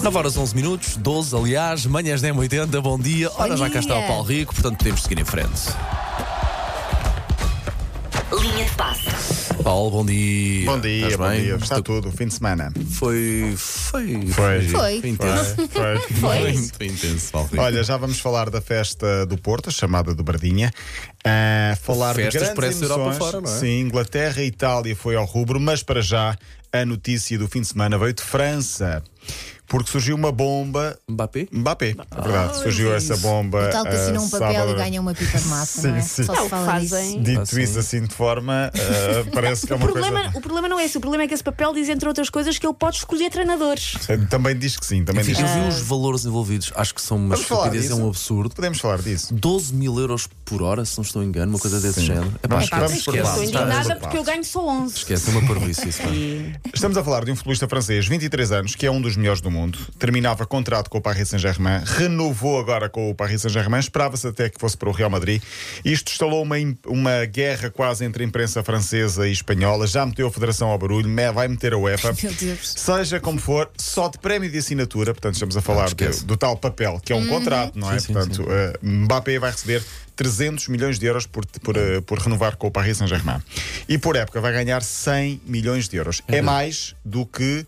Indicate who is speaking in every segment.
Speaker 1: 9 horas 11 minutos, 12 aliás, manhãs 10 80, bom dia. Ora,
Speaker 2: Bom
Speaker 1: já cá está o
Speaker 2: dia.
Speaker 1: Paulo Rico, portanto podemos seguir em frente.
Speaker 3: Linha de passe.
Speaker 1: Paulo, bom dia.
Speaker 4: Bom dia,
Speaker 1: Estás
Speaker 4: bom
Speaker 1: bem?
Speaker 4: dia. Está tudo, fim de semana.
Speaker 1: Foi. Foi.
Speaker 4: Foi.
Speaker 2: Foi.
Speaker 1: intenso.
Speaker 2: Foi.
Speaker 1: Muito intenso, Paulo Rico.
Speaker 4: Olha, já vamos falar da festa do Porto, chamada do Bardinha. Ah, falar
Speaker 1: Festas
Speaker 4: de
Speaker 1: por
Speaker 4: grandes
Speaker 1: essa Europa
Speaker 4: emoções.
Speaker 1: fora, não é?
Speaker 4: Sim, Inglaterra e Itália foi ao rubro, mas para já a notícia do fim de semana veio de França. Porque surgiu uma bomba.
Speaker 1: Mbappé?
Speaker 4: Mbappé, é
Speaker 2: Ah,
Speaker 4: verdade. surgiu essa bomba.
Speaker 2: O tal que
Speaker 4: ah,
Speaker 2: assina um papel
Speaker 4: sábado.
Speaker 2: e ganha uma pipa de massa,
Speaker 4: Sim,
Speaker 2: não é?
Speaker 4: sim.
Speaker 2: Só
Speaker 4: É
Speaker 2: se
Speaker 5: o que
Speaker 2: fala
Speaker 5: fazem.
Speaker 2: disso.
Speaker 4: Dito
Speaker 1: Ah, sim.
Speaker 4: isso assim de forma, ah, parece que é
Speaker 5: O
Speaker 4: uma
Speaker 5: problema,
Speaker 4: coisa.
Speaker 5: o problema não é esse, o problema é que esse papel diz, entre outras coisas, que ele pode escolher treinadores.
Speaker 4: Também diz que sim, também
Speaker 1: Eu
Speaker 4: diz que sim.
Speaker 2: assim.
Speaker 1: vi os valores envolvidos, acho que são uma
Speaker 4: Vamos falar
Speaker 1: estupidez, é um
Speaker 4: disso?
Speaker 1: absurdo.
Speaker 4: Podemos falar disso.
Speaker 1: 12 mil euros por hora, se não estou em engano, uma coisa desse
Speaker 4: Sim.
Speaker 1: género. É pá,
Speaker 4: Vamos-
Speaker 1: esquece,
Speaker 4: vamos por
Speaker 1: esquece.
Speaker 5: Estou
Speaker 4: partes.
Speaker 1: Tá-
Speaker 4: Vamos
Speaker 5: indignada
Speaker 4: por
Speaker 5: porque eu
Speaker 4: partes.
Speaker 5: ganho só 11.
Speaker 1: Esquece, é uma parvoíce isso, pá.
Speaker 4: Estamos a falar de um futebolista francês, 23 anos, que é um dos melhores do mundo. Terminava contrato com o Paris Saint-Germain, renovou agora com o Paris Saint-Germain, esperava-se até que fosse para o Real Madrid. Isto instalou uma, im- uma guerra quase entre a imprensa francesa e espanhola, já meteu a Federação ao barulho, me- vai meter a UEFA.
Speaker 2: Meu Deus.
Speaker 4: Seja como for, só de prémio de assinatura, portanto, estamos a falar de-
Speaker 1: esquece.
Speaker 4: do, tal papel, que é um
Speaker 2: Uhum.
Speaker 4: contrato, não é?
Speaker 1: Sim, sim,
Speaker 4: portanto, eh, Mbappé vai receber 300 milhões de euros por, por, eh, por renovar com o Paris Saint-Germain. E por época vai ganhar 100 milhões de euros.
Speaker 1: Uhum.
Speaker 4: É mais do que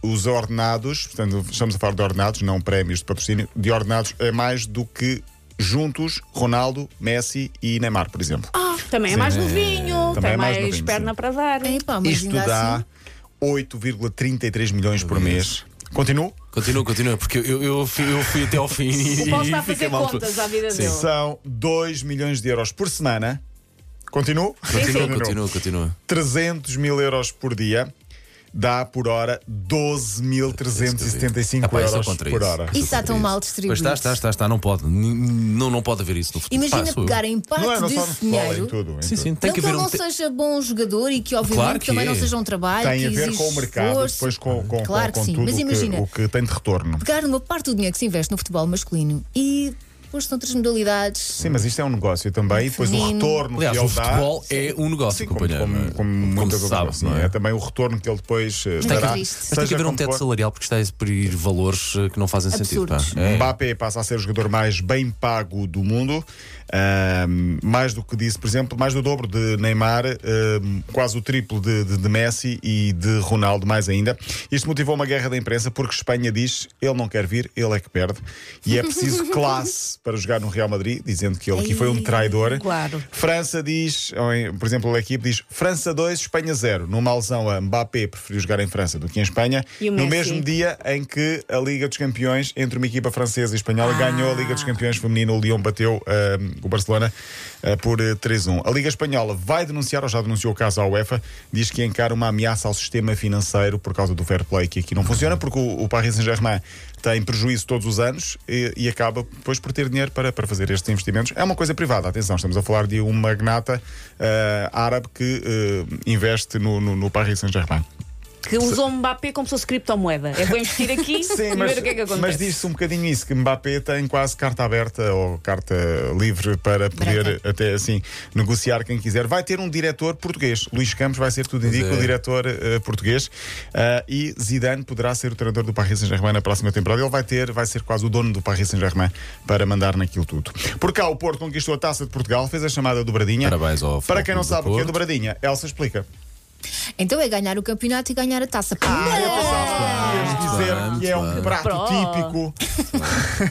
Speaker 4: os ordenados, portanto, estamos a falar de ordenados, não prémios de patrocínio, de ordenados é mais do que juntos Ronaldo, Messi e Neymar, por exemplo.
Speaker 5: Ah, também é mais novinho,
Speaker 4: Também
Speaker 5: tem
Speaker 4: é mais
Speaker 5: mais,
Speaker 4: novinho,
Speaker 5: perna
Speaker 4: sim.
Speaker 5: para dar.
Speaker 2: Epá, mas
Speaker 4: Isto
Speaker 2: ainda
Speaker 4: dá
Speaker 2: assim,
Speaker 4: 8,33 milhões por mês. Continuo?
Speaker 1: Continua, continua, porque eu, eu, fui, eu fui até ao fim e.
Speaker 5: O Paulo está a
Speaker 1: fiquei
Speaker 5: fazer
Speaker 1: mal.
Speaker 5: contas à vida
Speaker 1: Sim.
Speaker 5: dele.
Speaker 4: São 2 milhões de euros por semana. Continuo?
Speaker 1: Continua, continua, continua.
Speaker 4: 300 mil euros por dia. Dá por hora 12.375
Speaker 1: Epá, isso é
Speaker 4: euros
Speaker 1: contra
Speaker 4: por
Speaker 1: isso.
Speaker 4: hora.
Speaker 2: isso está tão mal distribuído.
Speaker 1: Pois está, está, está, está, não pode. N- n- Não, não pode haver isso no futuro. Pá,
Speaker 2: Imagina
Speaker 1: sou eu.
Speaker 2: pegar em parte
Speaker 4: Não é, não só no
Speaker 2: desse
Speaker 4: futebol, em
Speaker 2: dinheiro.
Speaker 4: tudo. em
Speaker 1: Sim,
Speaker 4: tudo.
Speaker 1: sim, tem
Speaker 2: não
Speaker 1: que
Speaker 2: que,
Speaker 1: haver
Speaker 2: ele
Speaker 1: um.
Speaker 2: não
Speaker 1: te-
Speaker 2: seja bom jogador e que, obviamente,
Speaker 1: Claro que
Speaker 2: também
Speaker 1: é.
Speaker 2: não seja um trabalho.
Speaker 4: Tem
Speaker 2: que
Speaker 4: a ver
Speaker 2: exige
Speaker 4: com o mercado,
Speaker 2: esforço.
Speaker 4: depois com, com,
Speaker 2: Claro
Speaker 4: com,
Speaker 2: que
Speaker 4: com
Speaker 2: sim,
Speaker 4: tudo
Speaker 2: mas
Speaker 4: o que-
Speaker 2: imagina.
Speaker 4: o que tem de retorno.
Speaker 2: Pegar uma parte do dinheiro que se investe no futebol masculino e depois são outras modalidades.
Speaker 4: Sim, mas isto é um negócio também, e depois o
Speaker 2: Feminino.
Speaker 4: retorno
Speaker 1: Aliás,
Speaker 4: que ele
Speaker 1: o
Speaker 4: dá.
Speaker 1: futebol é um negócio,
Speaker 4: Sim, como,
Speaker 1: companheiro. não é?
Speaker 4: como, como muitas
Speaker 1: se
Speaker 4: outras
Speaker 1: sabe,
Speaker 4: coisas,
Speaker 1: não
Speaker 4: sim,
Speaker 1: é?
Speaker 4: também o retorno que ele depois eh,
Speaker 2: Mas é tem
Speaker 4: dará.
Speaker 2: que- mas
Speaker 1: Mas tem que
Speaker 4: seja
Speaker 1: haver um
Speaker 4: como
Speaker 1: teto
Speaker 4: for.
Speaker 1: salarial porque está a expelir valores eh, que não fazem sentido. pá.
Speaker 2: Absurdos.
Speaker 1: É.
Speaker 4: Mbappé passa a ser o jogador mais bem pago do mundo, Ahm, mais do que disse, por exemplo, mais do dobro de Neymar, ahm, quase o triplo de, de- de Messi e de Ronaldo, mais ainda. Isto motivou uma guerra da imprensa porque Espanha diz ele não quer vir, ele é que perde. E é preciso classe para jogar no Real Madrid, dizendo que ele aqui foi um traidor.
Speaker 5: claro.
Speaker 4: França diz, ou em- por exemplo, a equipe diz França 2, Espanha 0. Numa alusão a Mbappé preferiu jogar em França do que em Espanha.
Speaker 5: E o
Speaker 4: no
Speaker 5: Messi?
Speaker 4: mesmo dia em que a Liga dos Campeões, entre uma equipa francesa e espanhola, ganhou a Liga
Speaker 5: Ah.
Speaker 4: dos Campeões feminina, o Lyon bateu ahm, o Barcelona ah, por eh, 3-1. A Liga Espanhola vai denunciar, ou já denunciou o caso à UEFA, diz que encara uma ameaça ao sistema financeiro por causa do fair play que aqui não funciona, porque o, o Paris Saint-Germain tem prejuízo todos os anos e, e acaba depois por ter dinheiro para, para fazer estes investimentos. É uma coisa privada, atenção, estamos a falar de um magnata ah, árabe que eh, investe no, no- no Paris Saint-Germain.
Speaker 5: Que usou Mbappé como se fosse criptomoeda. É vou investir aqui
Speaker 4: Sim,
Speaker 5: e
Speaker 4: mas,
Speaker 5: ver o que é que acontece.
Speaker 4: mas diz-se um bocadinho isso, que Mbappé tem quase carta aberta ou carta livre para poder
Speaker 2: Branca.
Speaker 4: até assim negociar quem quiser. Vai ter um diretor português. Luís Campos vai ser, tudo indica,
Speaker 1: é.
Speaker 4: o diretor eh, português. Ah, e Zidane poderá ser o treinador do Paris Saint-Germain na próxima temporada. Ele vai ter, vai ser quase o dono do Paris Saint-Germain para mandar naquilo tudo. Por cá, o Porto conquistou a Taça de Portugal, fez a chamada dobradinha.
Speaker 1: Parabéns ao
Speaker 4: Para
Speaker 1: Futebol
Speaker 4: quem não
Speaker 1: Clube do
Speaker 4: sabe o que é
Speaker 1: Porto.
Speaker 4: dobradinha, Elsa explica.
Speaker 2: Então é ganhar o campeonato e ganhar a taça.
Speaker 4: Eu
Speaker 2: Primeiro,
Speaker 4: pensava que ias dizer
Speaker 1: bem,
Speaker 4: que é
Speaker 1: Ah, muito
Speaker 4: um
Speaker 1: bem.
Speaker 4: prato
Speaker 5: Pro.
Speaker 4: típico.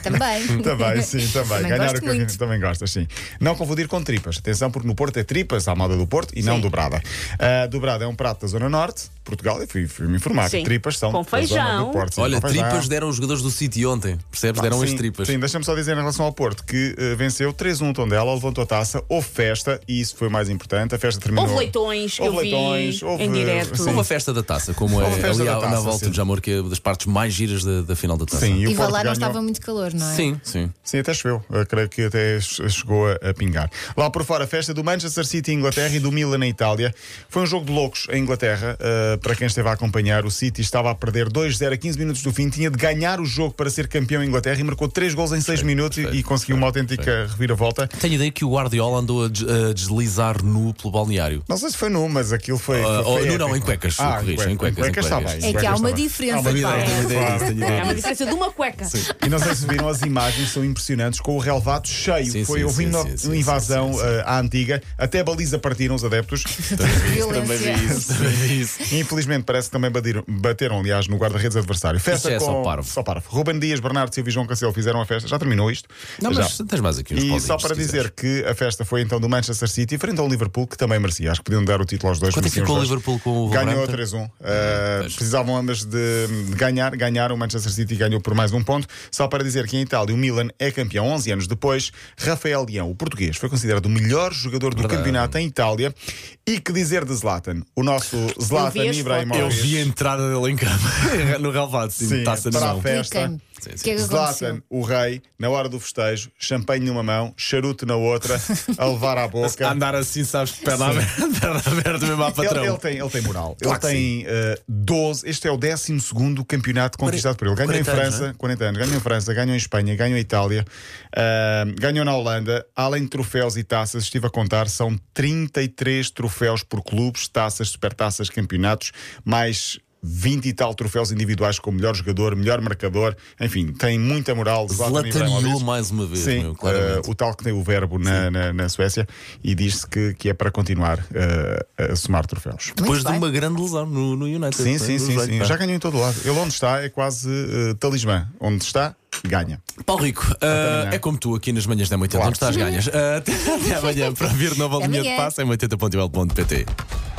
Speaker 2: também.
Speaker 4: Também, sim, também.
Speaker 2: Também
Speaker 4: Ganhar
Speaker 2: gosto
Speaker 4: o que eu-
Speaker 2: muito.
Speaker 4: também gosta, sim. Não confundir com tripas. Atenção, porque no Porto é tripas à moda do Porto e não dobrada. Ah, dobrada é um prato da Zona Norte, Portugal, eu fui, fui me informar que
Speaker 5: Sim.
Speaker 4: tripas são
Speaker 5: Com
Speaker 4: da Zona do
Speaker 5: feijão.
Speaker 4: Porto. Sim,
Speaker 1: Olha,
Speaker 4: com feijão. Ah,
Speaker 1: tripas deram os jogadores do City ontem, percebes? deram
Speaker 4: sim,
Speaker 1: as tripas.
Speaker 4: Sim, deixa-me só dizer em relação ao Porto que eh, venceu 3-1 Tondela, levantou a taça, houve festa e isso foi o mais importante. A festa terminou.
Speaker 5: Houve leitões, eu
Speaker 4: Houve
Speaker 5: vi
Speaker 4: leitões, houve-
Speaker 5: em direto.
Speaker 4: sim.
Speaker 1: Houve a festa da taça, como é
Speaker 4: Houve a festa
Speaker 1: ali
Speaker 4: da
Speaker 1: à- na
Speaker 4: taça,
Speaker 1: volta
Speaker 4: sim.
Speaker 1: de Jamor, que é das partes mais giras da, da final da taça.
Speaker 4: Sim, e, o
Speaker 2: E vá
Speaker 4: Porto
Speaker 2: lá, não
Speaker 4: ganhou...
Speaker 2: estava muito calor, não é?
Speaker 1: sim. sim.
Speaker 4: Sim, até choveu. Eu creio que até ch- chegou a, a pingar. Lá por fora, a festa do Manchester City em Inglaterra e do Milan na Itália. Foi um jogo de loucos em Inglaterra. eh, para quem esteve a acompanhar, o City estava a perder 2-0 a 15 minutos do fim, tinha de ganhar o jogo para ser campeão em Inglaterra e marcou 3 gols em 6 minutos e- e conseguiu uma autêntica reviravolta.
Speaker 1: Tenho ideia que o Guardiola andou a, des- a deslizar nu pelo balneário.
Speaker 4: Não sei se foi nu, mas aquilo foi.
Speaker 1: Ah,
Speaker 4: foi
Speaker 1: oh, nu
Speaker 4: épico.
Speaker 1: não, em cuecas,
Speaker 4: Ah,
Speaker 1: corrijo, em cuecas, em
Speaker 4: está
Speaker 1: cuecas.
Speaker 4: bem.
Speaker 2: É
Speaker 4: em
Speaker 2: que há
Speaker 4: cuecas
Speaker 2: uma
Speaker 4: está bem.
Speaker 2: diferença,
Speaker 1: Tenho
Speaker 2: Paulo.
Speaker 1: ideia disso, tenho ideia
Speaker 5: É
Speaker 1: disso.
Speaker 5: uma diferença de uma cueca.
Speaker 4: E não sei se viram as imagens, são impressionantes, com o relevado cheio.
Speaker 1: Sim,
Speaker 4: Foi
Speaker 1: sim,
Speaker 4: houve
Speaker 1: sim,
Speaker 4: uma
Speaker 1: sim, sim,
Speaker 4: uma
Speaker 1: sim,
Speaker 4: invasão
Speaker 1: sim, sim.
Speaker 4: eh, à antiga, até a baliza partiram os adeptos.
Speaker 2: Violência.
Speaker 1: Isso.
Speaker 4: Infelizmente, parece que também bateram, bateram aliás, no guarda-redes adversário. Festa
Speaker 1: Isso é
Speaker 4: com...
Speaker 1: só parvo.
Speaker 4: Só parvo. Ruben Dias, Bernardo Silva e João Cancelo fizeram a festa. Já terminou isto?
Speaker 1: Não,
Speaker 4: Já.
Speaker 1: mas tens mais aqui uns
Speaker 4: E
Speaker 1: pauzinhos,
Speaker 4: só para
Speaker 1: se quiseres.
Speaker 4: dizer que a festa foi então do Manchester City frente ao Liverpool, que também merecia. Acho que podiam dar o título aos dois.
Speaker 1: Quanto é que
Speaker 4: mereciam
Speaker 1: ficou
Speaker 4: os
Speaker 1: o
Speaker 4: dois.
Speaker 1: Liverpool com o
Speaker 4: Ganhou
Speaker 1: Wolverhampton? Hum,
Speaker 4: 3-1. Uh,
Speaker 1: pois.
Speaker 4: precisavam ambas de, de ganhar, ganharam. O Manchester City ganhou por mais um ponto. Só para dizer que em Itália o Milan é campeão 11 anos depois. Rafael Leão, o português, foi considerado o melhor jogador do
Speaker 1: Verdade.
Speaker 4: campeonato em Itália. E que dizer de Zlatan? O nosso Zlatan
Speaker 5: vi as
Speaker 1: Eu
Speaker 4: Ibrahimovic.
Speaker 1: vi a entrada dele em campo, no relvado,
Speaker 4: Sim,
Speaker 1: sim, taça na
Speaker 4: para a
Speaker 1: mão.
Speaker 4: fé.
Speaker 2: Explica-me.
Speaker 1: Sim, sim.
Speaker 2: O que é que aconteceu?
Speaker 4: Zlatan, o rei, na hora do festejo, champanhe numa mão, charuto na outra, a levar à boca.
Speaker 1: A Andar assim, sabes, perna aberta, perna aberta mesmo à
Speaker 4: Ele,
Speaker 1: patrão.
Speaker 4: ele tem, ele tem moral.
Speaker 1: Claro que
Speaker 4: ele tem eh, 12. Este é o 12 campeonato conquistado por ele. Ganhou em
Speaker 1: 40 anos,
Speaker 4: França,
Speaker 1: não é?
Speaker 4: 40 anos. Ganhou em França, ganhou em Espanha, ganhou em Itália, ah, ganhou na Holanda. Além de troféus e taças, estive a contar, são 33 troféus por clubes, taças, supertaças, campeonatos, mais. 20 e tal troféus individuais como melhor jogador, melhor marcador, enfim, tem muita moral. Zlatan
Speaker 1: Zlataneou
Speaker 4: Ibrahimovic.
Speaker 1: mais uma vez,
Speaker 4: Sim,
Speaker 1: meu, claramente.
Speaker 4: eh, o tal que tem o verbo na, na, na Suécia e diz-se que, que é para continuar eh, a somar troféus.
Speaker 1: Depois
Speaker 2: Muito
Speaker 1: de
Speaker 2: bem.
Speaker 1: uma grande lesão no, no United.
Speaker 4: Sim,
Speaker 1: né?
Speaker 4: sim,
Speaker 1: No
Speaker 4: sim,
Speaker 1: joelho,
Speaker 4: sim.
Speaker 1: pá.
Speaker 4: Já ganhou em todo lado. Ele onde está é quase eh, talismã. Onde está, ganha.
Speaker 1: Paulo Rico, uh,
Speaker 4: amanhã.
Speaker 1: é como tu aqui nas manhãs da 80,
Speaker 4: Claro.
Speaker 1: não estás ganhas. Uh, até até amanhã Eh, para ouvir nova
Speaker 2: Até
Speaker 1: linha de
Speaker 2: amanhã.
Speaker 1: passo em 80.ol.pt.